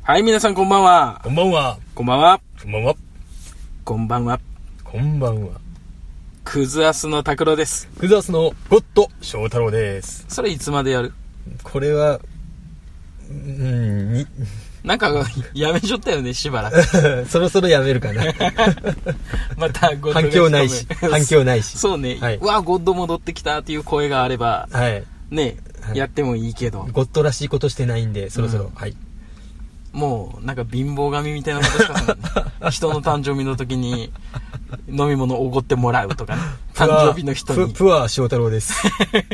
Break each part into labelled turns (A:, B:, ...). A: はい、皆さんこんばんは。
B: こんばんは。
A: こんばんは。
B: こんばんは。
A: こんばんは。
B: こんばんは。
A: クズアスの拓郎です。
B: クザースのゴッド翔太郎です。
A: それいつまでやる
B: これは、うん、に
A: なんか、やめちゃったよね、しばらく。
B: そろそろやめるかな。
A: また、ゴッド
B: 反響ないし
A: が。一目
B: 反響ないし。
A: そうね。
B: はいう
A: わ、ゴッド戻ってきたっていう声があれば、
B: はい。
A: ね、
B: はい
A: やってもいいけど、
B: ゴッドらしいことしてないんで、そろそろ。
A: うん
B: はい。
A: もう、なんか貧乏神みたいなことした からね。人の誕生日の時に、飲み物おごってもらうとかね。誕生日の人に。
B: プアプア翔太郎です。 はい。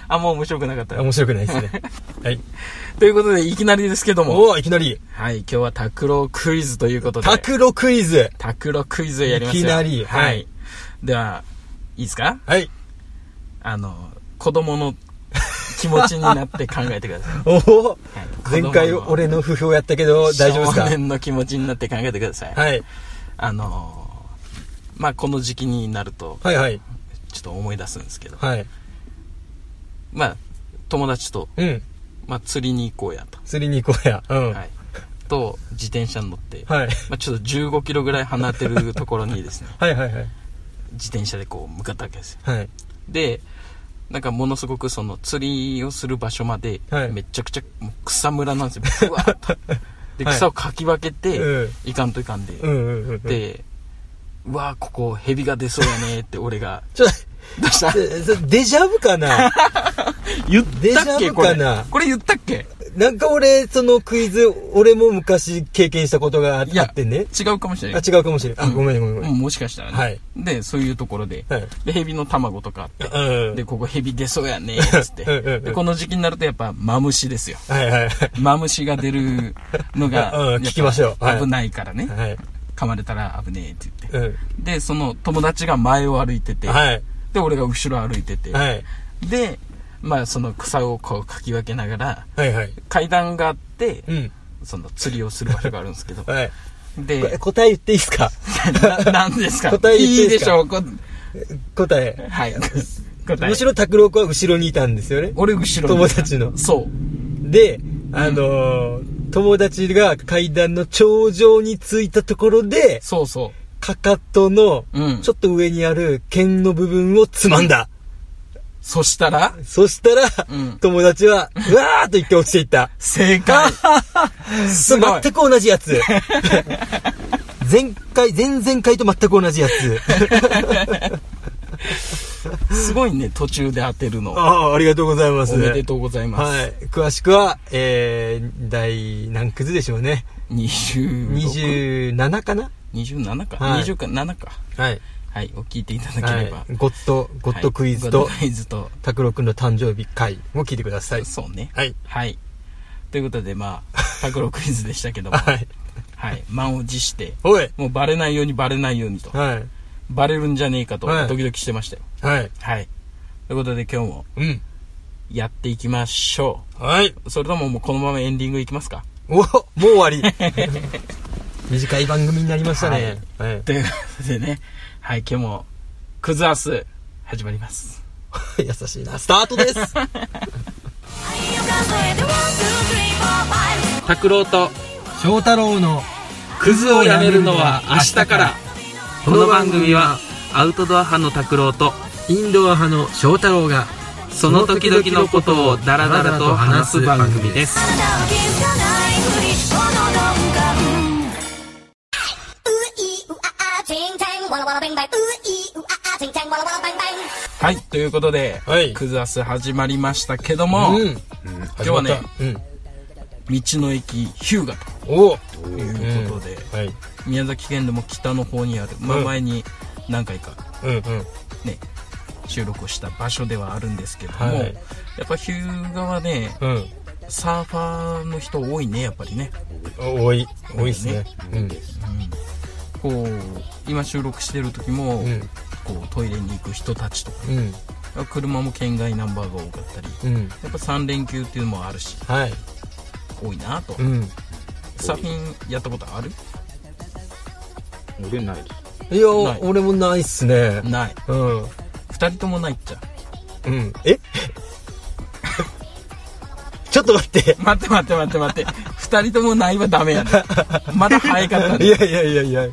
A: あ、もう面白くなかった。
B: 面白くないです ね。はい。
A: ということで、いきなりですけども。
B: おおいきなり、
A: はい、今日は拓郎クイズということで。
B: タクロクイズ。
A: 拓郎クイズをやりますよ
B: いきなり
A: はい。
B: はい
A: では、いいですか
B: はい。
A: あの、子供の気持ちになって考えてく ださい。
B: おお
A: はい
B: 前回
A: 子供の
B: 俺の不評やったけど、大丈夫です
A: 少
B: か
A: 年の気持ちになって考えてください。
B: はい。
A: あのー、まあ、この時期になると、
B: はいはい。
A: ちょっと思い出すんですけど、
B: はい。
A: まあ、友達と、
B: うん。
A: まあ、釣りに行こうやと。
B: 釣りに行こうや。うん。
A: は
B: はい。
A: い。と、自転車に乗って、まあ、ちょっと15キロぐらい離れてるところにですね、
B: はいはいはい。
A: 自転車でこう向かったわけですよ
B: はい。
A: でなんかものすごくその釣りをする場所まで
B: はい
A: めちゃくちゃもう草むらなんです よ、ブワーッとで
B: はい
A: 草をかき分けて、
B: うん
A: いかんといかんで、
B: うんうんうんうん。、
A: でうわーここ蛇が出そうやねーって俺 が
B: ちょっ
A: どうした
B: と、えそデジャブ かな
A: 言ったっ
B: デジ
A: け
B: ャブ
A: これ
B: かな
A: これ言ったっけ
B: なんか俺、そのクイズ、俺も昔経験したことがああってね。
A: 違うかもしれ
B: あ
A: ない、
B: 違うかもしれない。あ、ごめんごめんご
A: う
B: めん。
A: ん、もしかしたらね、
B: はい
A: でそういうところで,、
B: はい
A: で蛇の卵とかあって
B: うん。
A: でここ蛇出そうやねーっつっ
B: うんうんう
A: て
B: ん
A: でこの時期になるとやっぱマムシですよ
B: はいはいはい。
A: マムシが出るの
B: うん
A: が、
B: 聞きましょうはい
A: 危ないからね。
B: はい。
A: 噛まれたら危ねえって言って。
B: うん。
A: で、その友達が前を歩いてて、
B: はい。
A: で、俺が後ろ歩いてて、
B: はい。
A: で、まあその草をこうかき分けながら、
B: はいはい。
A: 階段があって、
B: うん。
A: その釣りをする場所があるんですけど、
B: はい。こ
A: で、
B: 答え言っていいですか
A: ななんですか
B: 答え言っていいですか
A: いいでしょう
B: 答え
A: こ。はい。答え
B: むしろ拓郎君は後ろにいたんですよね。
A: 俺後ろに
B: 友達の
A: そう。
B: で、あのー、友達が階段の頂上に着いたところで、
A: そうそ
B: かかとの、
A: う。うん。
B: ちょっと上にある剣の部分をつまんだ。
A: そしたら、
B: そしたら、
A: うん
B: 友達は、うわーっと言って落ちてい った。
A: 正解す
B: そ
A: ごい
B: れ全く同じや つ。前回、前々回と全く同じやつ。
A: すごいね、途中で当てるの。
B: ああ、ありがとうございます。
A: おめでとうございます。
B: はい。詳しくは、えー、第何クズでしょうね。
A: 26
B: 27かな
A: 27か、
B: はい
A: 20か7か
B: はい。
A: はいを聞いていただけ
B: は
A: れ
B: い
A: ば、は。
B: ゴッド、
A: い
B: ゴッドクイズ
A: ゴ
B: と
A: ッド、クイズと、
B: 拓郎くんの誕生日会も聞いてください。
A: そうね
B: はい。
A: はいということでまあ拓郎クイズでしたけ ども
B: はい。
A: はい満を持して
B: おい
A: もうバレないようにバレないようにと
B: は
A: バレるんじゃねえかと
B: はい
A: ドキドキしてましたよ
B: い。はい。
A: はいということで今日も
B: うん。
A: やっていきましょ
B: はい。
A: うそれとももうこのままエンディングいきますか
B: おもう終わ り短い番組になりましたね。はい。
A: ということでねはい今日もクズアス始まります
B: 優しいな。スタートです
A: 拓郎と
B: 翔太郎の
A: クズをやめるのは明日からこの番組はアウトドア派の拓郎と
B: インドア派の翔太郎が
A: その時々のことをダラダラと話す番組ですはいということで、
B: はい
A: クズアス始まりましたけども、
B: うん。
A: 今日はね
B: うん。
A: 道の駅日向
B: おは
A: ということで、
B: い。
A: 宮崎県でも北の方にある、まあ、
B: うん
A: 前に何回か
B: うんうん。
A: ね収録をした場所ではあるんですけども、
B: はい
A: やっぱ日向はね
B: うん。
A: サーファーの人多いねやっぱりね
B: お多い。多いっすね。うん。
A: こう今収録してる時も、
B: うん。
A: こうトイレに行く人たちとか
B: うん。
A: 車も県外ナンバーが多かったり
B: うん。
A: やっぱ3連休っていうのもあるし
B: はい。
A: 多いなと、
B: うん。
A: サーフィンやったことある
C: 俺ないです
B: いや
A: ない、
B: 俺もないっすね。
A: ない
B: うん。
A: 2人ともないっちゃ
B: うん。え ちょっと待って。
A: 待って待って待って待って2二人ともないはダメやねまだ早かった
B: い
A: ね
B: やいやいやいや。え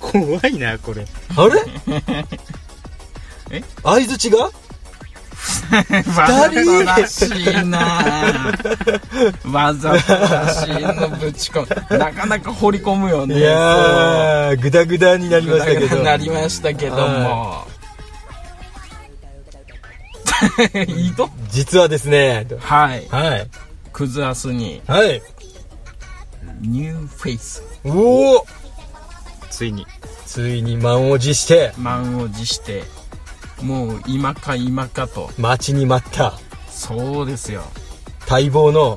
C: 怖いな、これ。
B: あれ
A: え
B: 相づちが
A: わざとらしいなわざとらしいのぶち込むなかなか掘り込むよね
B: いやー、グダグダになり
A: そう
B: ましたけど。
A: なりましたけども
B: は
A: いいと
B: 実はですね、
A: はい
B: はい。
A: クズアスに
B: はい。
A: ニューフェイス
B: おお
C: ついに。
B: ついに満を持して、
A: 満を持してもう今か今かと
B: 待ちに待った、
A: そうですよ
B: 待望の、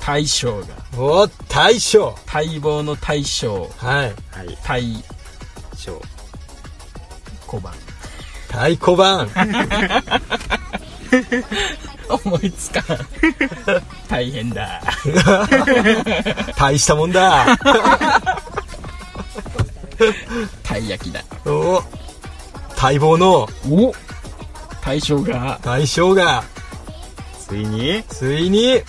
A: 大将が
B: お大将
A: 待望の大将
B: はい。
C: はい、
A: 対
C: そう。
A: 小判
B: 太鼓判
A: 思いつか ん大変だ
B: 大したもんだ
A: たい焼きだ
B: おお待望の
A: お大将が
B: 大将が、
C: ついに、
B: ついに、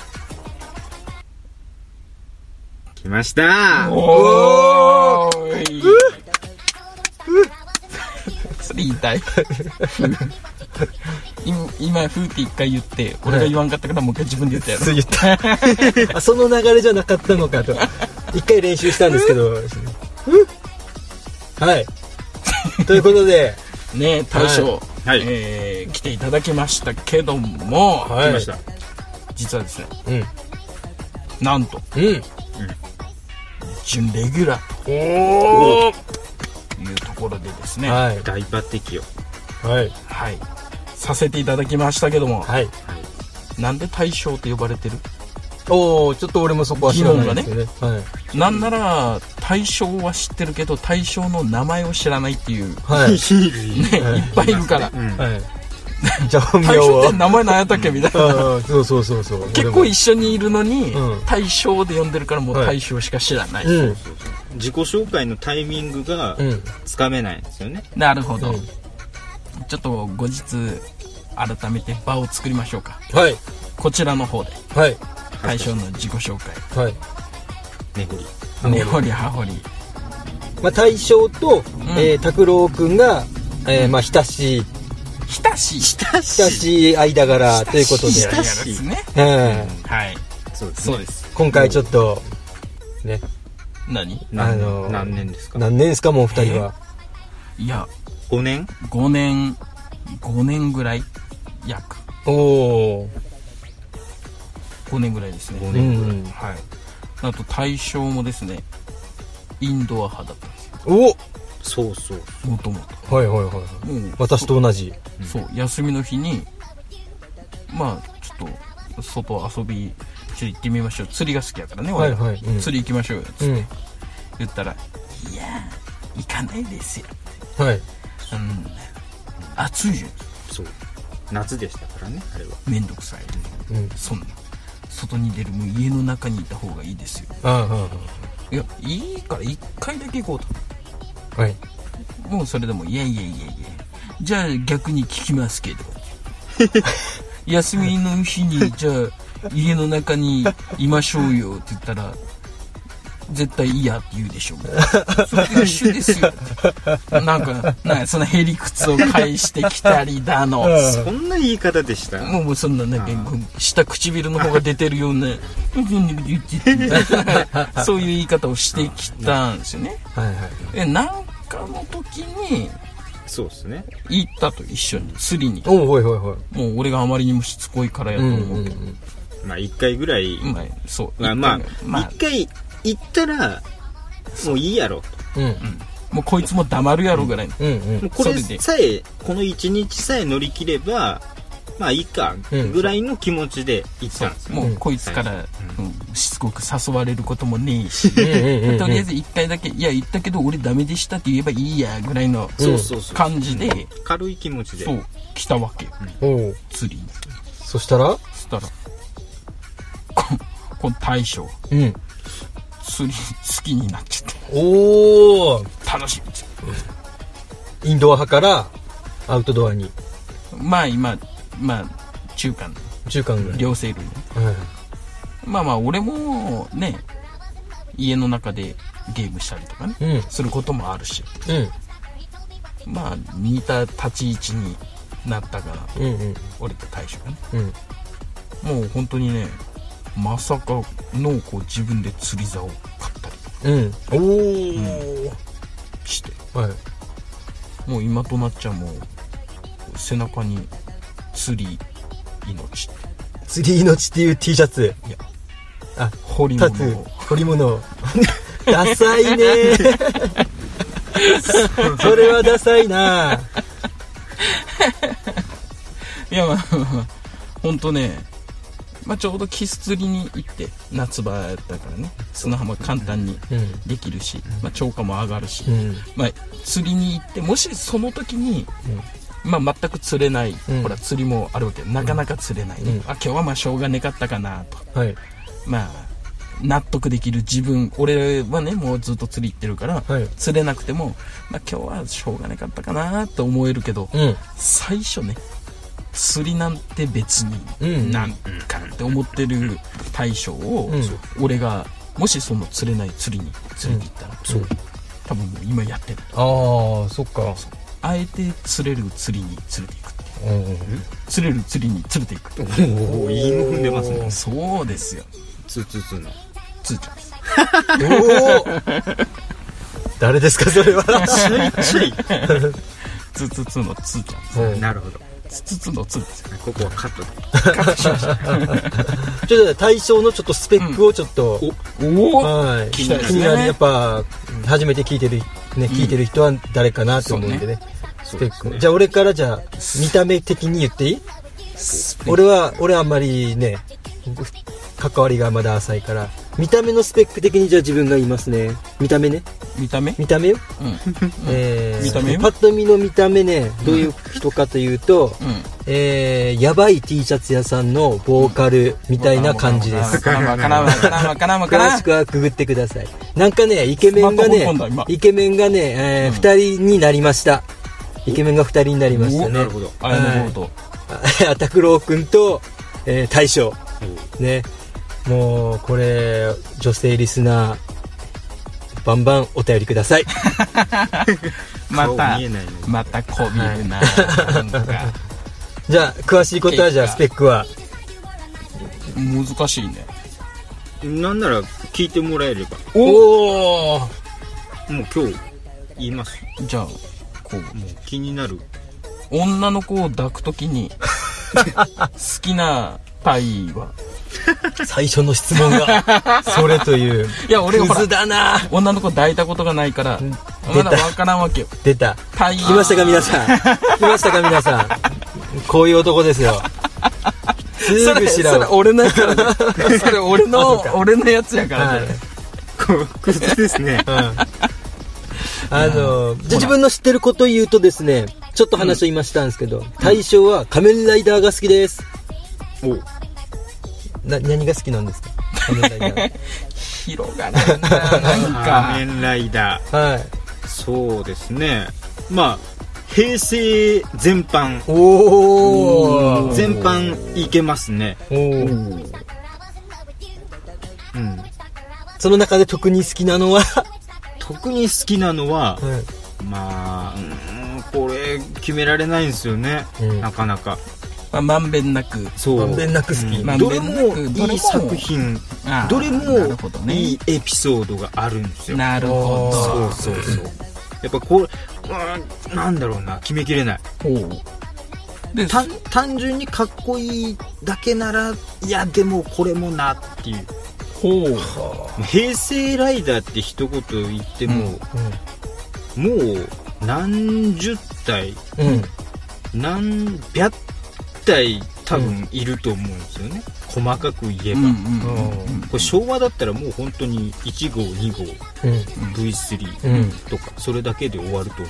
C: 来ました
A: おーいそれ言いたい 今今フーって一回言って俺が言わんかったからもう一回自分で言ったやろ
B: つい 言った。あその流れじゃなかったのかと。一回練習したんですけど。はい。ということで、
A: ねえ大将、
C: はいはい
A: えー来ていただきましたけども、
B: は
C: 来
B: い。
C: ました。
A: 実はですね
B: うん。
A: なんと
B: うん。
A: 準レギュラー
C: おお
A: というところでですねは
B: はい。
C: 大抜擢よ。
B: はい。
A: いさせていただきましたけども
B: はい。
A: なんで大将って呼ばれてる
B: おおちょっと俺もそこは知らないですよね。はい。
A: なんなら大将は知ってるけど大将の名前を知らないっていう
B: はい。
A: ね、いっぱいいるから。
C: うん。
B: はい。じゃあ本名
A: 大将って
B: は。
A: 名前何やったっけみたいな。
B: ああ、 そうそうそうそう。
A: 結構一緒にいるのに
B: うん、
A: 大将で呼んでるからもう
B: はい
A: 大将しか知らない。
B: 俺も
C: 自己紹介のタイミングが
B: うん。うん。
C: つかめないんですよね。
A: なるほど
B: うん。
A: ちょっと後日、改めて場を作りましょうか。
B: はい。
A: こちらの方で、
B: はい。
A: 大将の自己紹
B: はい。
C: ねほり。
A: 介。根掘り葉掘り。
B: まあ、大将と、えー、拓郎くんが、えー、まあ、親しい、
A: 親しい。
C: 親
B: 親しい間柄ということ
A: 親しい
B: で、
A: やつですね。
B: えー
A: はい。
C: そうです
A: そ
C: ね
A: う。です。
B: 今回ちょっと、ね、
A: 何
C: 何
B: あのー
C: 年何年ですか
B: 何年ですか、もうお二人は。
A: いや、
C: ?5 年
A: 5年、5年ぐらい約。
B: おー。
A: 5年ぐらいですね。
C: ?5
B: う
C: 年ぐらい。
B: ん。
A: はい、あと対象もですねインドア派だったんですよ
B: おはい
C: そうそうそう。
A: もとも
B: はいはいはい。
A: ともう
B: 私と同じ。
A: そう休みの日にまあちょっと外遊びちょっと行ってみましょう釣りが好きやからね俺が、
B: はいはいうん
A: 釣り行きましょうよっつって
B: うん。
A: 言ったら「いやー行かないですよ」
B: はい。
A: うん暑いじゃん
C: そう。夏でしたからね、あれは。
A: めんどくさい
B: うん。
A: そんな外に出るもう家の中にいた方がいいですよ
B: ああ、あ
A: いやいいから1回だけ行こうと
B: あはい。
A: もうそれでも、いやいやいやいや。じゃあ逆に聞きますけど。休みの日に、じゃあ家の中にいましょうよって言ったら、絶対嫌って言うでしょ。それと一緒ですよって。なんか、なんかそのへりくつを返してきたりだの。
C: そんな言い方でした
A: もうもうそんななんか下唇の方が出てるような そういう言い方をしてきたんですよね。
B: はいはい。
A: えなんかの時に
C: そうですね。
A: 行ったと一緒に釣りに
B: おおはいはいはい。
A: もう俺があまりにもしつこいからやと
B: うん
A: 思
B: う
A: うんけど、
B: うん。
C: まあ1回ぐらい、
A: まあそう
C: まあまあ
A: 一回、目まあ
C: 1回行ったら、もういいやろ。
B: うん。
A: もうこいつも黙るやろぐらいの、
B: うんうん
C: もう。これ
A: それで
C: さえ、この1日さえ乗り切れば、まあいいか、
B: うん
C: ぐらいの気持ちで行っ
A: そう
C: た
A: ん
C: ですよ。
A: もうこいつから、うんしつこく誘われることもねえしと
B: うんうんうんうん
A: りあえず一回だけ「いや言ったけど俺ダメでした」って言えばいいやぐらいの
C: そうそうそう。
A: 感じで、
C: 軽い気持ちで。
A: そう来たわけよ
B: おう
A: 釣りに
B: そしたら
A: そしたらここの大将
B: うん。
A: 釣り好きになっちゃって
B: おお
A: 楽しみっつって
B: インドア派からアウトドアに
A: まあ今まあ中間の
B: 中間ぐらい。
A: 両生類ね
B: うん
A: まあまあ俺もね家の中でゲームしたりとかね
B: うん。うん。
A: することもあるしまあ似た立ち位置になったから
B: うん。うん。
A: 俺と大将がね
B: うん。
A: もう本当にねまさかのこう自分で釣り竿を買ったりとか
B: うん。おー。
A: して
B: はい。
A: もう今となっちゃもう背中に釣り命っ
B: 釣り命っていう T シャツ。
A: ていや
B: あ、
A: 彫り
B: タ
A: 物
B: トゥ
A: を
B: ー。彫り 物。ダサ いねーそれはダサいなー
A: いやまあまあまあ本当ねまあちょうどキス釣りに行って夏場だからね砂浜簡単に
B: う
A: できるし、まあ、超過も上がるし、
B: ん。うん。
A: まあ、釣りに行ってもしその時に、まあ、全く釣れない、
B: うん
A: ほら釣りもあるわけよなかなか釣れないね、
B: うん
A: あ今日はまあしょうがねかったかなと
B: はい。
A: まあ納得できる自分俺はねもうずっと釣り行ってるから、
B: はい
A: 釣れなくても、まあ、今日はしょうがねかったかなと思えるけど、
B: うん。
A: 最初ね釣りなんて別
B: うん
A: になんかって思ってる対象を、
B: うん
A: 俺がもしその釣れない釣りに釣りに行ったら、
B: そう
A: 多分もう今やってる
B: ああ、そっか。
A: あえて釣れる釣りに連れていくっていう
B: うん。
A: 釣れる釣りに連れていくっていう
C: おおいいの踏んでますね
A: そうですよ
C: ツーツーツーの
A: つーちゃんです
B: おお 誰ですか、それ は。
C: ちっち
A: つーつーつーのつーちゃんで
B: う
C: ゃい
B: ん
C: なるほど
A: すつーつーのつーですよ
C: ここはカットで
B: ちょっと対象のちょっとスペックをちょっ
A: お
B: と、
A: お
B: はい、
A: 聞きたいです
B: 気
A: ね
B: になるやっぱ初めて聞いてる、ね、聞いてる人は誰かなと思うんでね。スペック、じゃあ俺からじゃあ見た目的に言っていい俺は俺はあんまりね関わりがまだ浅いから見た目のスペック的にじゃあ自分が言いますね見た目ね
A: 見た目
B: 見た目よ、
A: うんうん
B: えー
A: 見た目よ
B: パッと見の見た目ねどういう人かというと、えー、やばい T シャツ屋さんのボーカルみたいな感じです
A: わからんわからんわからんわからんわからん
B: 詳しくはくぐってくださいなんかねイケメン
A: ま
B: が
A: た追い込んだ
B: ね
A: 今
B: イケメンがね、えー2人になりましたイケメンが2人になりました
A: お
B: ね
C: なるほど
A: あやの方と
B: あ拓郎君と、えー大将ねもうこれ女性リスナーバンバンお便りくださ い
A: また
C: 顔見えないのに
A: またこびるななんか
B: じゃあ詳しいことはじゃあスペックは
A: 難しいね
C: なんなら聞いてもらえれば
B: おお
C: もう今日言います
A: じゃあこう
C: もう気になる
A: 女の子を抱くとき に好きなパイは
B: 最初の質問 がそれという
A: いや俺ほ
B: ク
A: ら
B: ズだな
A: 女の子抱いたことがないから
B: 出
A: ま
B: た
A: だわからんわけよ
B: 出た
A: パイ
B: 聞きましたか皆さん聞きましたか皆さんこういう男ですよす
A: それ
B: ぐ知ら
A: そ
B: ん
A: れ俺 のやつやからねそれ俺
B: あそ
A: の
B: うか
A: 俺のやつやから
B: は
A: ね、
B: い
C: クズですね
B: あのじゃあ自分の知ってることを言うとですねちょっと話を今したんですけど、大将は仮面ライダーが好きです
C: お
B: な何が好きなんですか仮面ライダ
A: 広がらんななんか
C: 仮面ライダ
B: ー はい
C: ーそうですねまあ平成全般
B: おー
C: 全般いけますね
B: おー
C: うん
B: その中で特に好きなのは、
C: 特に好きなのは
B: はい
C: まあうーんこれ決められないんですよね、
B: うん
C: なかなか
A: まあまんべんなく
C: そう
B: まんべんなく好き
C: うん
A: まんべん
C: ど
A: な
C: れ
A: く
C: も
A: どれ
C: い
A: も
C: い作品
A: あー
C: どれ
A: なるほど
C: も
A: ね
C: いいエピソードがあるんですよ
A: なるほ
C: そ
A: ど
C: うそうそうやっぱこれうんなんだろうな決めきれない
A: ほうで
C: 単単純にかっこいいだけならいやでもこれもなっていう
A: ほう
C: 平成ライダーって一言言っても、もう何十体
B: うんうん
C: 何百体多分いると思うんですよね、細かく言えば、
A: うんうん
B: うん
C: これ昭和だったらもう本当に1号2号
B: うん、うん
C: V3 とかそれだけで終わると思う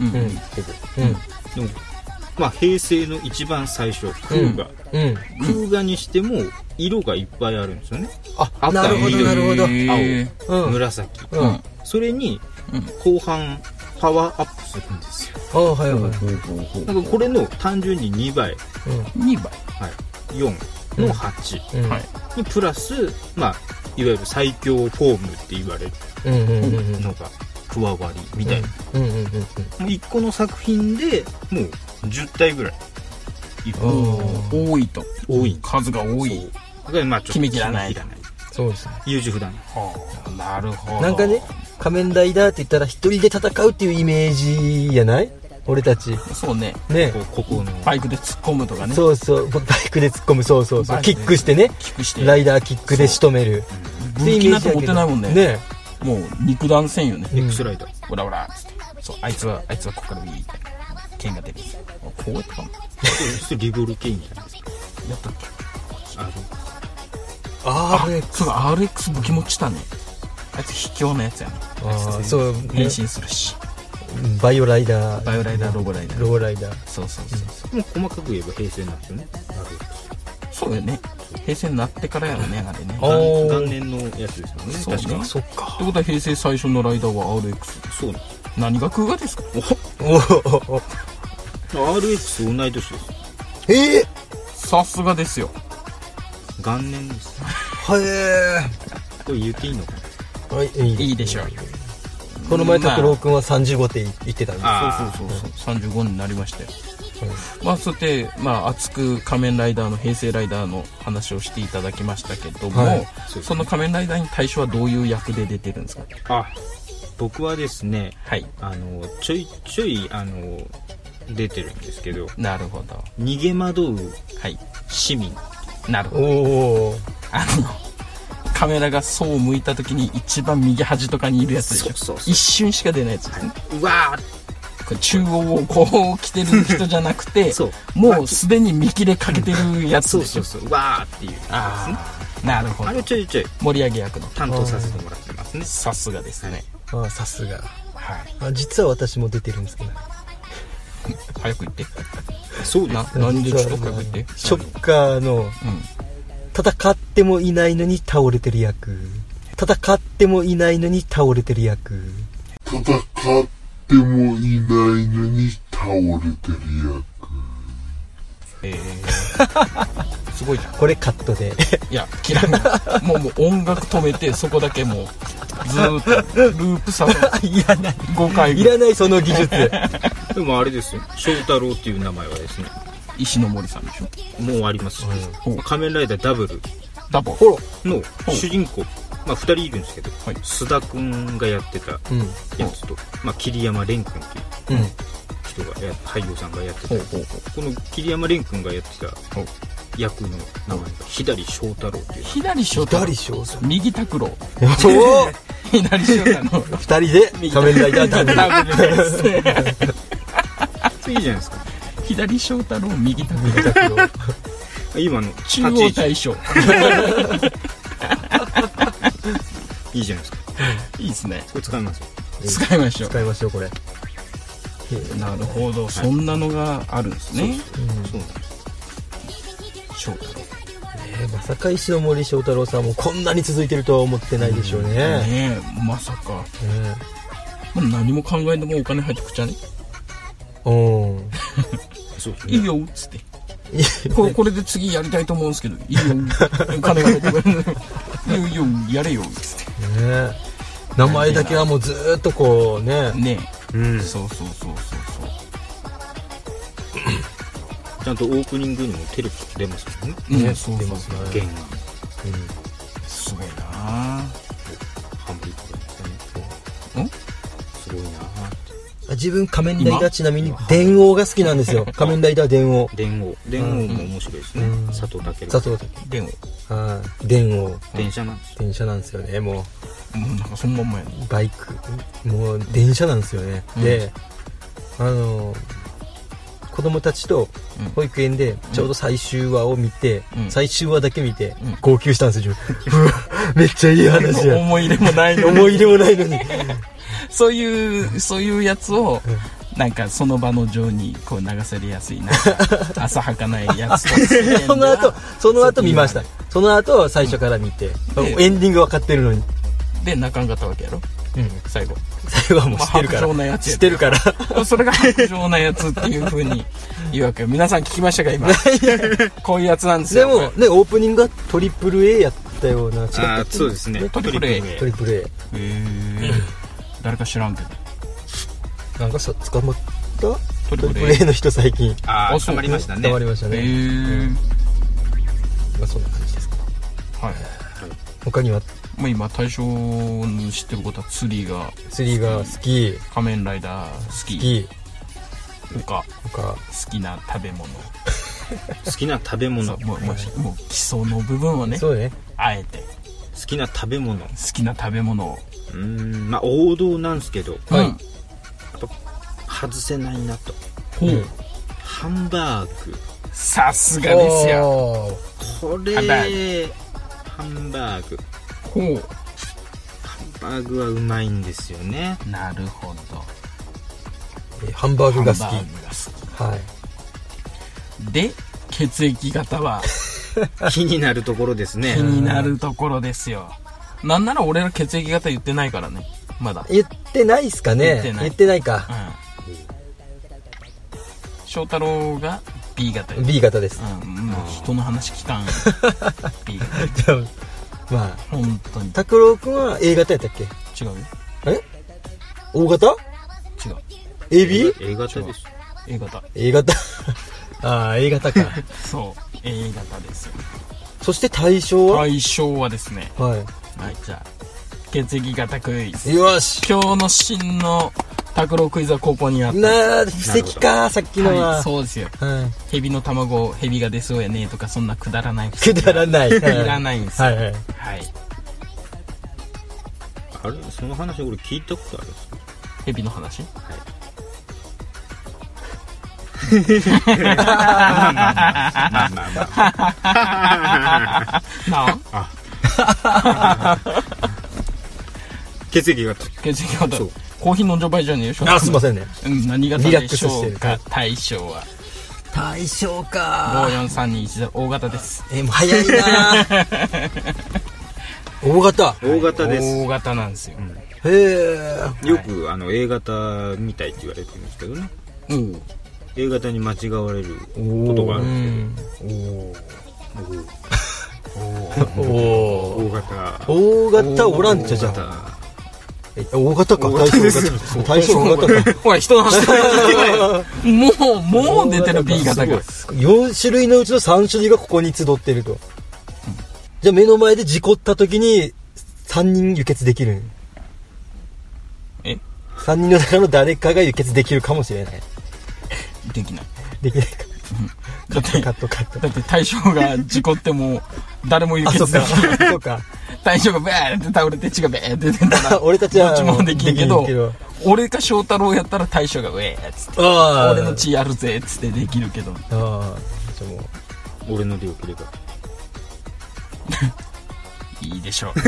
A: うんうん
C: ほ
B: うん
C: ぼでもまあ平成の一番最初空ガ
B: うん
C: 空ガにしても色がいっぱいあるんですよね
B: あなるほどなるほど、
A: へー
B: うん
C: 紫
B: うんあ
C: それに
A: うん
C: 後半パワーアップするんですよ
B: はいはい、うん
C: なんかこれの単純に2倍
A: 2倍
C: 4の8
B: うん
A: はい
C: にプラス、まあ、いわゆる最強フォームって言われる
B: うんうんうんうん
C: のが加わりみたいな、
B: うんうんうんうん
C: もう1個の作品でもう10体ぐらいいる
B: お
A: 多いと
C: 多いんだ
A: 数が多い
C: そうだからまあちょっと
A: 決めきらない
C: 決めきら
B: そうですね
C: 優柔不断
A: はあなるほど
B: なんかね仮面ライダーって言ったら一人で戦うっていうイメージやない俺たち
A: そうね
B: ね
C: こうここの
A: バイクで突っ込むとかね
B: そうそうバイクで突っ込むそうそうそ
A: バ
B: う
A: イ
B: キ
A: クで
B: ックしてね
A: キックして
B: ライダーキックで仕留める
A: 武器なんて持ってないもんね
B: ね
A: もう肉弾戦よね
B: うん
C: エクスライダー
A: オラオラっつってそうあいつはあいつはここからウィーって剣が出るこうやってかも
C: そしてリボルケインじゃないですか
A: やったっけ
C: あの
B: あ
A: あ
B: れ
A: そうだ RX 武器持ちたねあいつ卑怯なやつやね
B: あーそう
A: 変
B: ね
A: 身するし
B: バイオライダー
A: バイオライダーロボライダー
B: ローライダー
A: そうそうそうそう
C: もう細かく言えば平成なんですよね
A: そうよね平成になってからやろねあれね
B: あおー
C: 元元年のやつですもんね
A: そうね
C: 確かに
B: そっか
A: ってことは平成最初のライダーは RX
C: そうなん
A: 何が空がですか
B: おお
C: RX 同い年です
B: ええ
A: さすがですよ
C: 元年です
B: はえ
C: これ言っていいのかな
B: ーはいいい
A: いいでしょう
B: この前拓郎君は35点言ってたんで
A: そうそうそうそう35になりましたよ
B: うん
A: まあそしてまあ熱く仮面ライダーの平成ライダーの話をしていただきましたけども、
B: はい
A: その仮面ライダーに対象はどういう役で出てるんですか
C: あ僕はですね
A: はい
C: あのちょいちょいあの出てるんですけど
A: なるほど
C: 逃げ惑う
A: はい
C: 市民
A: なるほど
B: おお
A: あのカメラがそう向いた時に一番右端とかにいるやつでしょ
C: そうそうそう
A: 一瞬しか出ないやつですね
C: うわ
A: これ中央をこう来てる人じゃなくて
C: そう
A: もうすでに見切れかけてるやつ
C: そう
A: でし
C: そ
A: ょ
C: うそううわーっていうあ
A: ああなるほど
C: あれちょいちょい
A: 盛り上げ役の
C: 担当させてもらってますね
A: さすがですね
B: あさす
A: は
B: が
A: い
B: あ実は私も出てるんですけど
A: 早く言って
C: そうで
A: な
C: す
A: 何でちょっと
B: 実
A: 早
B: は
A: く言って
B: ショッカーの
A: うん
B: 戦ってもいないのに倒れてる役戦ってもいないのに倒れてる役
D: 戦ってもいないのに倒れてる役。
A: えー すごいじゃん
B: これカットで
A: いや嫌いなもうもう音楽止めてそこだけもうずーっとループさせる
B: いらない
A: 5回
B: い
A: ぐらい
B: らないその技 術
C: でもあれですよ翔太郎っていう名前はですね
A: 石ノ森さんでしょ
C: もうありますし、
A: うん
C: 仮面ライダーダブル
A: ダボ
B: ほら
C: の
A: うん
C: 主人公、まあ、2人いるんですけど、
A: はい
C: 須田君がやってた
B: うん
C: やつと、まあ、桐山蓮君っていう
B: うん
C: 人がや俳優さんがやってた
A: ほうほうほう
C: この桐山蓮君がやってた
A: ほう
C: 役の名前が左翔太郎っていう
A: 左翔太
B: 左翔さん
A: 右拓郎
B: おお
A: 左翔太郎
B: 二人で仮面ライダーダブル
A: ダブルです
C: それいいじゃないですか
A: 左翔太郎右拓郎
C: 今の
A: 中
C: 立ち位
A: 央
C: 置
A: 大将
C: いいじゃないですか
A: いいですね
C: これ使いますよ
A: 使いましょう
B: 使いましょうこれへえ
A: なるほど、そんなのがあるんですね
C: そうなんです
A: 翔太
B: えまさか石ノ森章太郎さんもこんなに続いてるとは思ってないでしょう
A: 郎
B: ね、
A: ねえまさか
B: うん
A: まあ何も考えんでもお金入ってくっちゃね
B: うん
C: そうですね
A: いいよっつってこれこれで次やりたいと思うんですけどいいよ金が入ってくる いいよいいよやれよっつっ
B: ね名前だけはもうずーっとこうね
A: てね
C: うん
A: えそうそうそうそう
C: ちゃんとオープニングにもテレビ出ますもんね
A: そう、ね、
B: ね
A: そう
B: 出
A: そう
B: ます
A: そう
B: ね
C: 弦が
A: すごいな
C: ハモリとかですね
A: ん
C: すごいなーって
B: 自分仮面ライダ
A: 今
B: ーちなみに電王が好きなんですよ 仮面ライダー電王
C: 電王電王も面白いですね、
B: うん
C: 佐藤健
B: 佐藤
A: でも
B: はい電王
C: 電車なんですよ
B: 電車なんですよねも
A: もうなんかそのまんまやね
B: うバイクもう電車なんですよね、
A: うん
B: であの子供たちと
A: うん
B: 保育園でちょうど最終話を見て、
A: うん
B: 最終話だけ見て
A: うん
B: 号泣したんですよ 自分うわめっちゃいい話や
A: 思い入れもないの
B: 思い入れもないのに
A: そういうそういうやつをなんかその場の情にこう流せれやすい な浅はかないやつと
B: その後その後見ました
A: 先
B: その後最初から見て、
A: うん
B: エンディング分かってるのに、
A: で泣かんかったわけやろ最後
B: 最後はもう知ってるか
A: まあ白状なや
B: ら。
A: つや
B: 知ってるから。
A: それが白状なやつっていうふう に言うわけよ皆さん聞きましたか今こういうやつなんです
B: で
A: よ
B: も、ね、オープニングがトリプル A やったような、違った
C: あ
B: っ
C: ー
B: け
C: そうですね
A: トリプル A
B: トリプル A。
A: へえ誰か知らんけど
B: なんかさ、捕まった
A: トリプ
B: トリプ
A: ル
B: ル
A: A
B: A の人最近。
C: あ
A: あ
C: あ
A: そう
C: 捕まりましたね
B: 捕まりました
A: へ
B: ね。
A: え
B: まあそんな感じですか。
A: はい
B: 他には、
A: もう今大象の知ってることは釣りが
B: 釣りが好き、
A: 仮面ライダー好
B: 好
A: き
B: き、
A: 他
B: 他、
A: 好きな食べ物
C: 好きな食べ
A: そ
C: 物
A: うもうもうもう基礎の部分をね
B: そうね。
A: あえて好
C: 好きな食べ物う
A: きな食べ物を
C: ーんまあ王道なんですけど
B: はい
A: うん
C: 外せないなと
A: ほう
C: ハンバーグ
A: さすがですよ
B: よ。
C: これ
A: ハ
C: ハ
A: ン
C: ン
A: バ
C: バーグ
A: ほう
C: ハンバーグはうまいんですよね
A: なるほど
B: えハンバーグが好き。
A: ハンバーグが好
B: はい。
A: きで血液型は
C: 気になるところですね
A: 気になるところですよなんなら俺ら血液型言ってないからねまだうん
B: 言ってないっすか
A: 言
B: ね
A: ってない
B: 言ってないか。
A: 翔太郎が B 型よ
B: B 型です。
A: うんもう人の話聞かん B 型
B: じゃあまあ、
A: 本当に
B: 拓郎くんは A 型やったっけ
A: 違うよ
B: え ?O 型
A: 違う
B: ?AB?A
C: A 型です
A: A 型
B: A 型。 ああ、A 型か。
A: そう A 型ですよ
B: そして対象は、
A: 対象はですね
B: は
A: はいじゃあ血液型クイズ
B: い。よし
A: 今日の真の拓郎クイズはここにあった
B: なあ、布石か、さっきの
A: は
B: は。
A: い、そうですよ
B: は
A: 蛇の卵蛇が出そうやねとかそんなくだらない
B: い。くだら ない。い
A: いらないんですよ
B: はいはい。
A: はい
C: あれその話俺聞いたことあるんですか
A: 蛇の話
C: まあまあまあ
A: なあ
C: 血液型
A: 血液型
C: そう
A: コーヒー飲んじゃう場合じゃねえよ
B: あ、すいませんね。
A: うん何型
B: リラ
A: で
B: ック
A: し
B: スし
A: ょ
B: て
A: う
B: る
A: か対象は
B: 対象か。
A: 543210大型です
B: え、もう早 いな O 型。
C: O 型です
A: 大型なんですよ、
B: へえ。
C: よくあの A 型みたいって言われてるんですけどね
A: うん
C: A 型に間違われることがある
B: うん
C: です
B: ん。
A: お
B: お
C: け
B: お
C: ど O 型
B: O 型オランチャじゃん。え O 型か。対象 O 型。対象 O 型か。
A: ほら人の話 もうもう出てる B 型が
B: 4種類のうちの3種類がここに集ってると。じゃあ目の前で事故った時に3人輸血できる。
A: え
B: ?3 人の中の誰かが輸血できるかもしれない。
A: できない
B: できないか。
A: だって
B: カットカット。
A: だって対象が事故っても誰も輸
B: あ、そ
A: 血で
B: っか。
A: きない
B: そっか。
A: 大将がバーって倒れて血がバーって出てたら
B: 俺たちは
A: どっちもできんけど
B: できんけど
A: 俺か翔太郎やったら大将がウェーっつって
B: ああ。
A: 俺の血やるぜっつってできるけど
B: ああ。じゃあもう。
C: 俺の出遅れが
A: いいでしょう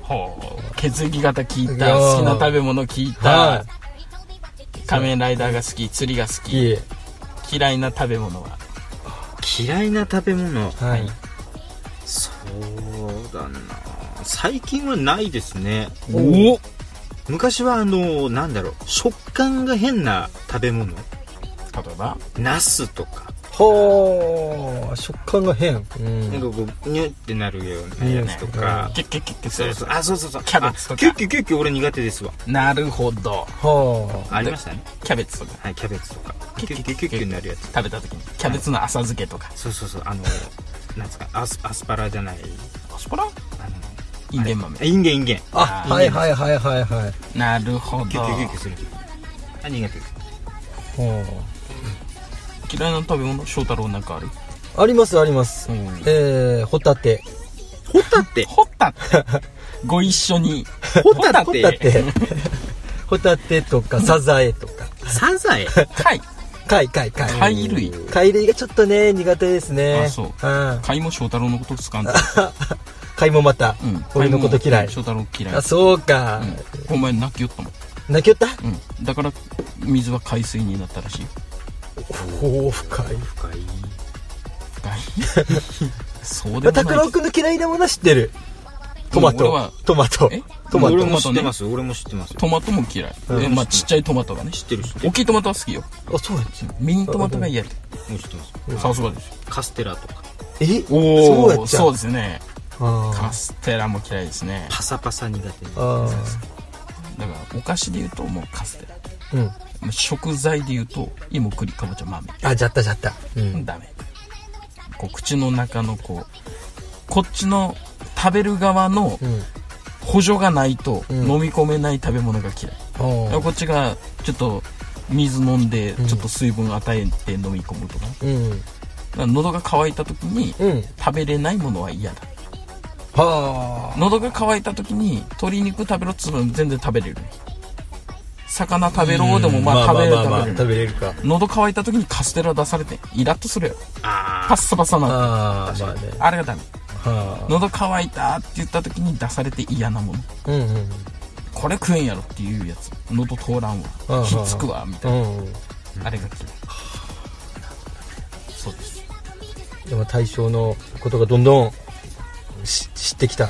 A: ほう血液型聞い
B: い
A: た
B: やー
A: 好きな食べ物聞い
B: は
A: た仮面ライダーが好き釣りが好
B: い。いい。
A: き嫌いな食べ物は
C: 嫌いな食べ物
B: はい。
C: そうだな最近はないですね
A: お
C: 昔はあのなんだろう食感が変な食べ物
A: 例えば
C: ナスとか
B: はあ。食感が変。うん
C: なんかこうニュってなるようなやつとか、
A: キュッキュッキュッキュッす
C: そ
A: る
C: うそうあそうそうそう
A: キャベツとか
C: あキュッキュキュッキュ俺苦手ですわ
A: なるほど
B: は
C: ありましたね
A: キャベツとか
C: はいキャベツとか
A: キ
C: キ
A: ュ
C: ュ
A: ッキ
C: ッキ
A: ュ
C: ュ
A: ッキュッキ
C: キュッキ
A: ュ
C: ュ
A: ッ
C: になるやつ
A: 食べた時にキャベツの浅漬けとか
C: そうそうそうあのなんですかアスアスパラじゃない
A: アスパラ
C: あの
A: インゲン豆
C: あインゲンインゲン
B: あ。あ、はいはいはいはいはい。
A: なるほど
C: キュッキュキュッキュするあ苦手です
B: は
A: 嫌いな食べ物翔太郎なんかある
B: あ。ありますあります。
A: うん
B: えー、ホタテ。
C: ホタテ
A: ホタテご一緒 に
C: ホタ
B: ホタ
C: テ
B: テ。 ホタテとかサザエとか。
C: サザエ
A: 貝
B: 貝貝貝。
A: 貝類
B: 貝類がちょっとね、苦手ですね。。
A: あそうん貝も翔太郎のこと使うんだ、
B: 貝もまた
A: うん、、
B: 俺のこと嫌
A: 貝
B: い
A: も。翔太郎嫌い
B: あ、そうか。
A: お前泣きよったもん、
B: 泣きよった
A: うん、だから水は海水になったらしいよ
B: ほう、深い。
C: 深い
A: 貝そうで
B: まあ、
A: もない
B: 拓郎くんの嫌いなものは知ってる。トマ
A: 俺は
B: ト。トマト
A: え。
B: トマ
C: 俺
B: ト。
C: も知ってます、俺も知ってます。
A: トマトも嫌い。
B: うん
A: えまあちっちゃいトマトがね。
C: 知ってる、知ってる。
A: 大きいトマトは好きよ。
B: あ、そうやって。
A: ミニトマトが嫌で。
C: もう知ってます。
A: さすがですよ。
C: カステラとか、
B: え
A: お
B: そうや
A: ー
B: っちゃ
A: そうですね。
B: あ
A: カステラも嫌いですね。
C: パサパサ苦手。
B: ーあ
A: だから、お菓子で言うともうカステラ。
B: ー。うん。
A: まあ食材で言うと、芋、栗、かぼちゃ、豆。
B: あ、じゃったじゃった。うん。
A: ダメ。こう、口の中のこう、こっちの食べる側の
B: うん。
A: 補助がないと
B: ん
A: 飲み込めない食べ物が嫌い。
B: お
A: だから
B: ー
A: こっちがちょっと水飲んでちょっと水分与えて飲み込むとか,、
B: うん。
A: 喉が渇いた時に
B: うん。
A: 食べれないものは嫌だ
B: は
A: 喉が渇いた時に鶏肉食べろっつうの全然食べれる魚食べろでもまあ食べれる食べれる
B: 食べれるか。
A: 喉渇いた時にカステラ出されてイラッとするやろ
C: あ
A: パッサパサな
B: ああ、まあね。
A: あれがダメ
B: は
A: 喉渇いたって言った時に出されて嫌なもの
B: あ。うんうん。
A: これ食えんやろっていうやつ喉通らん
B: うんうんう
A: わ
B: ん
A: ひっつくわみたい
B: う
A: な
B: ん。
A: あれが嫌いそうです
B: でも大将のことがどんどんし知ってきた。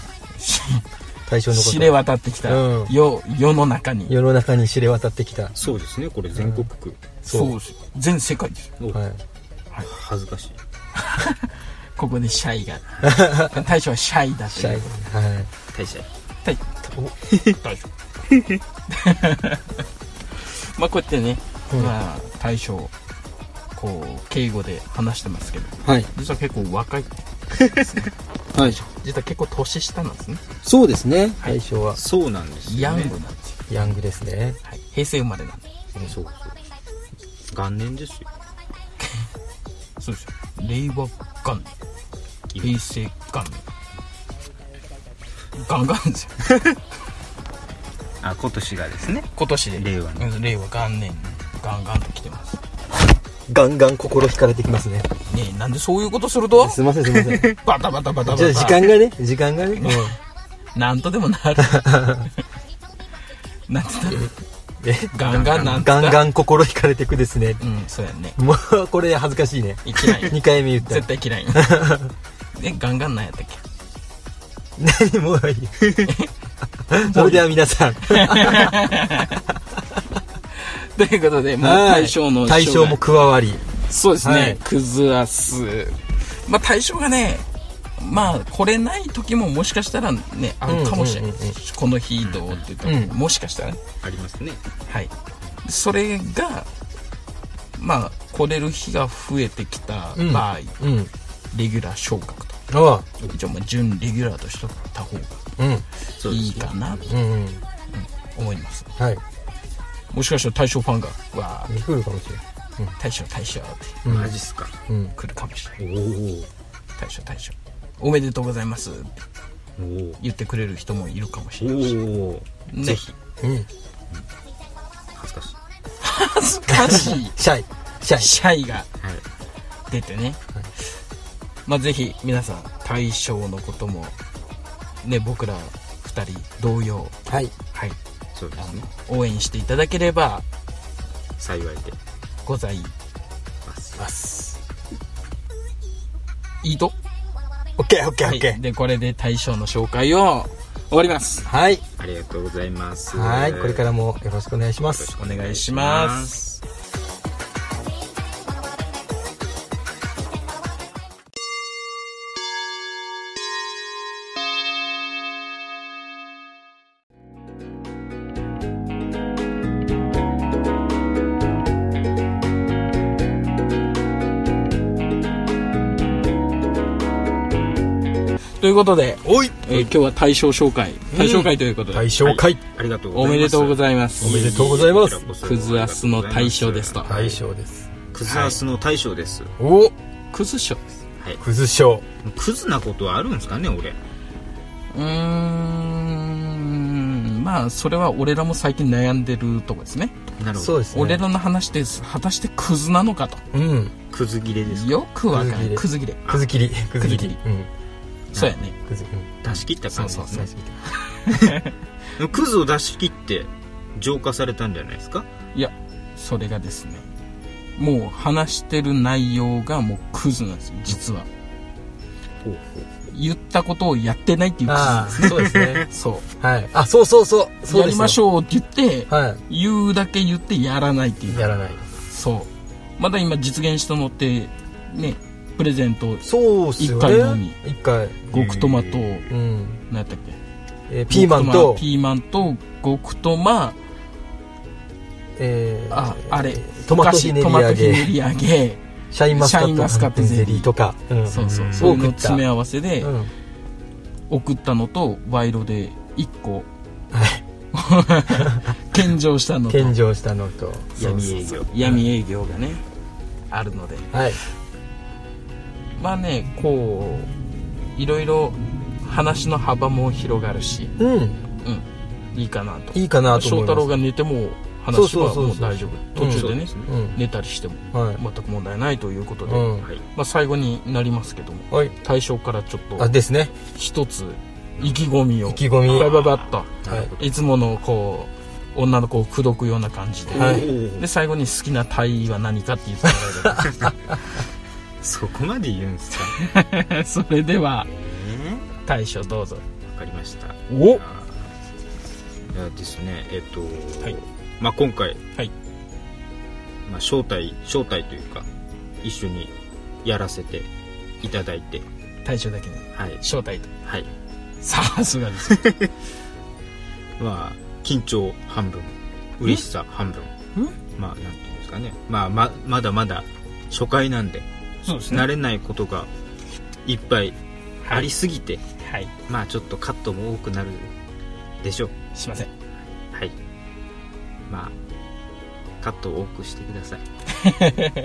B: 大将のこ
A: 知れ
B: と。
A: 渡ってきた、
B: うん
A: よ世の中に
B: 世の中に知れ渡ってきた。は
C: あ。そうですね、これ全国区。
A: そうです全世界ですよ
C: お
B: い。
C: 恥ずかしい。
A: ここでシャイ が大将はシャイだ
B: シ
A: と
B: ャ
A: い
B: イ。
A: う
B: はい。
C: 大社。
A: 大大将 まあこうやってね、
B: うん
A: まあ、大将こう敬語で話してますけど
C: はい。
A: 実は結構若い
C: はい。
A: 実は結構年下なんですね
C: そうですね。
B: 大将は
C: そうなんです
A: ヤ
C: よ、
A: ン
C: ね。
A: グなんですよ、
B: ヤングですね。
A: はい、平成生まれなんで
C: そうそう。元年ですよ。
A: そうですよ令和元年平成元年ガンガンですよ
C: あ、今年がですね。
A: 今年で
C: 令和ね
A: うん令和元年ガンガンと来てます
B: ガンガン心惹かれてきますね。
A: ねえなんでそういうことすると
B: すいませんすいま せん。じ
A: バタバタバタバ
B: ゃあ
A: タ
B: 時間がね、時間がね。うん
A: なんとでもな るなんつった
B: え
A: ガンガンなんつった
B: ガンガン心惹かれてくですね。
A: うんそうやんね
B: もう、これ恥ずかしいね。
A: 嫌い
B: 2回目言った
A: 絶。対嫌い えガンガンなんやったっ
B: 何も ういい。それでは皆さん、
A: けということでもう
B: はい
A: 大将の
B: 対象も加わり。
A: そうです
B: はい
A: ねクズアスまあ大将がねまあ来れない時ももしかしたらねあるかもしれない
B: うんうんうんうん
A: この日どうって言ったら
B: うん
A: もしかしたらね
C: ありますね。
A: はい、それがまあ来れる日が増えてきた
B: うん
A: 場合、
B: うん。
A: レギュラー昇格と
B: ああ。
A: 一応まあ準レギュラーとしてた方が
B: うん。
C: そうで
A: いい
C: すね。
A: かなと
B: うんうん。
A: 思います
B: はい。
A: もしかしたら大将ファンが「わあ
B: 来るかもしれない。
A: 大将大将」って
B: うん
C: マジっすか。
B: うん。
A: 来るかもしれない
C: おー
A: 大将大将おめでとうございますって
C: おー
A: 言ってくれる人もいるかもし
C: お
A: れないし
C: ー
A: ね
C: ぜひ。
B: うん。
C: 恥ずかしい。
A: 恥ずか しい
B: シャイ。シャイ。
A: シャイが
C: はい。
A: 出てね、まあぜひ皆さん大将のこともね僕ら2人同様
B: はい。
A: はい
C: そうで
A: あ
C: すね。
A: の応援していただければ
C: 幸いで
A: ござい
C: ます。
A: ますいいと
B: オッケーオッケーオ
A: は
B: ッケ
A: い
B: ー。
A: でこれで大将の紹介を終わりますよ
B: はい。
C: ありがとうございます。。
B: はい。これかららもよろしくお願いしま
C: よろ
B: す
C: し。
A: ろしくお願いしますということで、
B: おい
A: えー今日は大将紹介大将会ということで、
B: 大賞会。
C: ありがとうご
A: お
C: ざいます。
A: めでとうございます
B: おめでとうございます
A: クズアスの大将ですと
B: 大賞です。
C: クズアスの大将です、
B: お
A: クズ賞です
B: クズ賞。
C: クズなことはあるんですかね俺
A: うーんまあそれは俺らも最近悩んでるとこですね
C: なるほ
B: そう
C: ど
B: ですね。
A: 俺らの話です果たしてクズなのかと
B: うん。
C: クズ切れですか
A: よくわかるク
B: ク
A: ズ切れ
B: くず切り。くず切
A: くず切り
B: り。うん。
A: そうやね
B: くず、うん。
C: 出し切った感じです
A: そう
C: ね
A: そ
C: クズを出し切って浄化されたんじゃないですか
A: いやそれがですねもう話してる内容がもうクズなんですよ実は言ったことをやってないっていう
B: あ
A: 感
B: あ、
A: じ
B: そうですね。
A: ですそ
B: はい。あ、そうそうそう。
A: う
B: そう
A: や
B: で
A: り
B: す
A: まし
B: ょ
A: ょうって言って
B: う。は
A: 言うだけ言ってやらないってい
B: い。
A: う
B: やらない。
A: そうまだ今実現したのってねプレゼント
B: そうっすよね。
A: 一回のみ
B: 一回。
A: 極トマと
B: うん。
A: 何やったっけ
B: えーピーマン
A: 極トマ
B: と、
A: ピーマンと極トマ
B: えー
A: ああれ
B: トマトひねり
A: お菓
B: 揚
A: 子トマトひね
B: げ、
A: り揚げ
B: シャインマスカ
A: シャ
B: ット
A: インマスカット
B: ゼリーとか。うん
A: そうそううんそういうの
B: 多く食った
A: 詰め合わせで
B: うん。
A: 送ったのと賄賂で1個
B: はい。
A: 献上したのと
B: 献上したのと。
C: 闇営業
A: 闇営業がねあるので
B: はい。
A: まあねこういろいろ話の幅も広がるし
B: うん。
A: うんいいかなと
B: いいかなと
A: 翔
B: 思います。
A: 太郎が寝ても話せば
B: そうそうそうそう
A: もう大丈夫
B: うん
A: 途中でね
C: そうですね
B: うん。
A: 寝たりしても
B: はい。
A: 全く問題ないということで、
B: うん。
C: はい
A: まあ、最後になりますけども
B: はい。
A: 対象からちょっと
B: あ、ですね。
A: 一つ意気込みを
B: 意気込み。
A: バ
B: は
A: ババッと
B: い。
A: いつものこう女の子を口説くような感じで、
B: はい
A: で最後に好きな体位は何かって言ってもら
C: そこまで言うんですか
A: えれば それでは
C: え
A: 大将どうぞ
C: えわかりました
A: お
C: あーいやですねえっと、
A: はい
C: まあ、今回、
A: はい
C: まあ、招待招待というか一緒にやらせていただいて
A: 大将だけに
C: はい
A: 招待と
C: はい
A: さすがです
C: まあ緊張半分嬉しさ半分まあなんていうんですかね、まあ、ままだまだ初回なんで
A: そうです
C: 慣れないことがいっぱいありすぎて、
A: はい
C: まあちょっとカットも多くなるでしょう
A: すいません
C: はいまあカットを多くしてください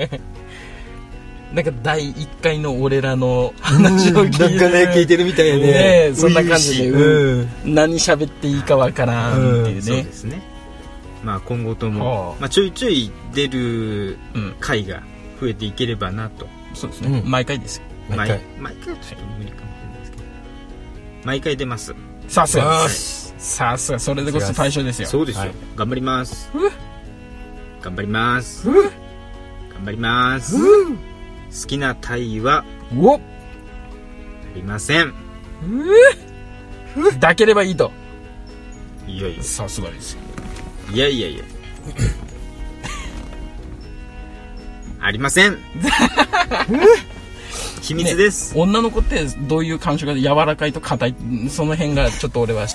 A: なんか第1回の俺らの話を聞いて、
B: なんかね、聞いてるみたいやね。
A: ねそんな感じで、うん
B: うん。
A: 何喋っていいかわからんっていう
C: そう
A: ね
C: で、すねまあ今後と
A: は
C: も
A: あ、
C: まあ、ちょいちょい出る
A: うん
C: 回が増えていければなと
A: そうですね、
B: うん
A: 毎回ですよ
B: 毎回。
C: 毎回はちょっと無理かもしれないですけど毎回出ます
A: さすが
B: よ
A: で
B: し
A: すさすがそれでこそ対象ですよ
C: そうですよ、
B: はい
C: 頑張ります
A: うっ
C: 頑張ります
A: うっ
C: 頑張ります好きな体位は
A: おう
C: ありません
A: っ抱ければいいと
C: いやいや
A: さすがですよ
C: いやいやいやありません秘密です、
A: 女の子ってどういう感触が柔らかいと硬いその辺がちょっと俺は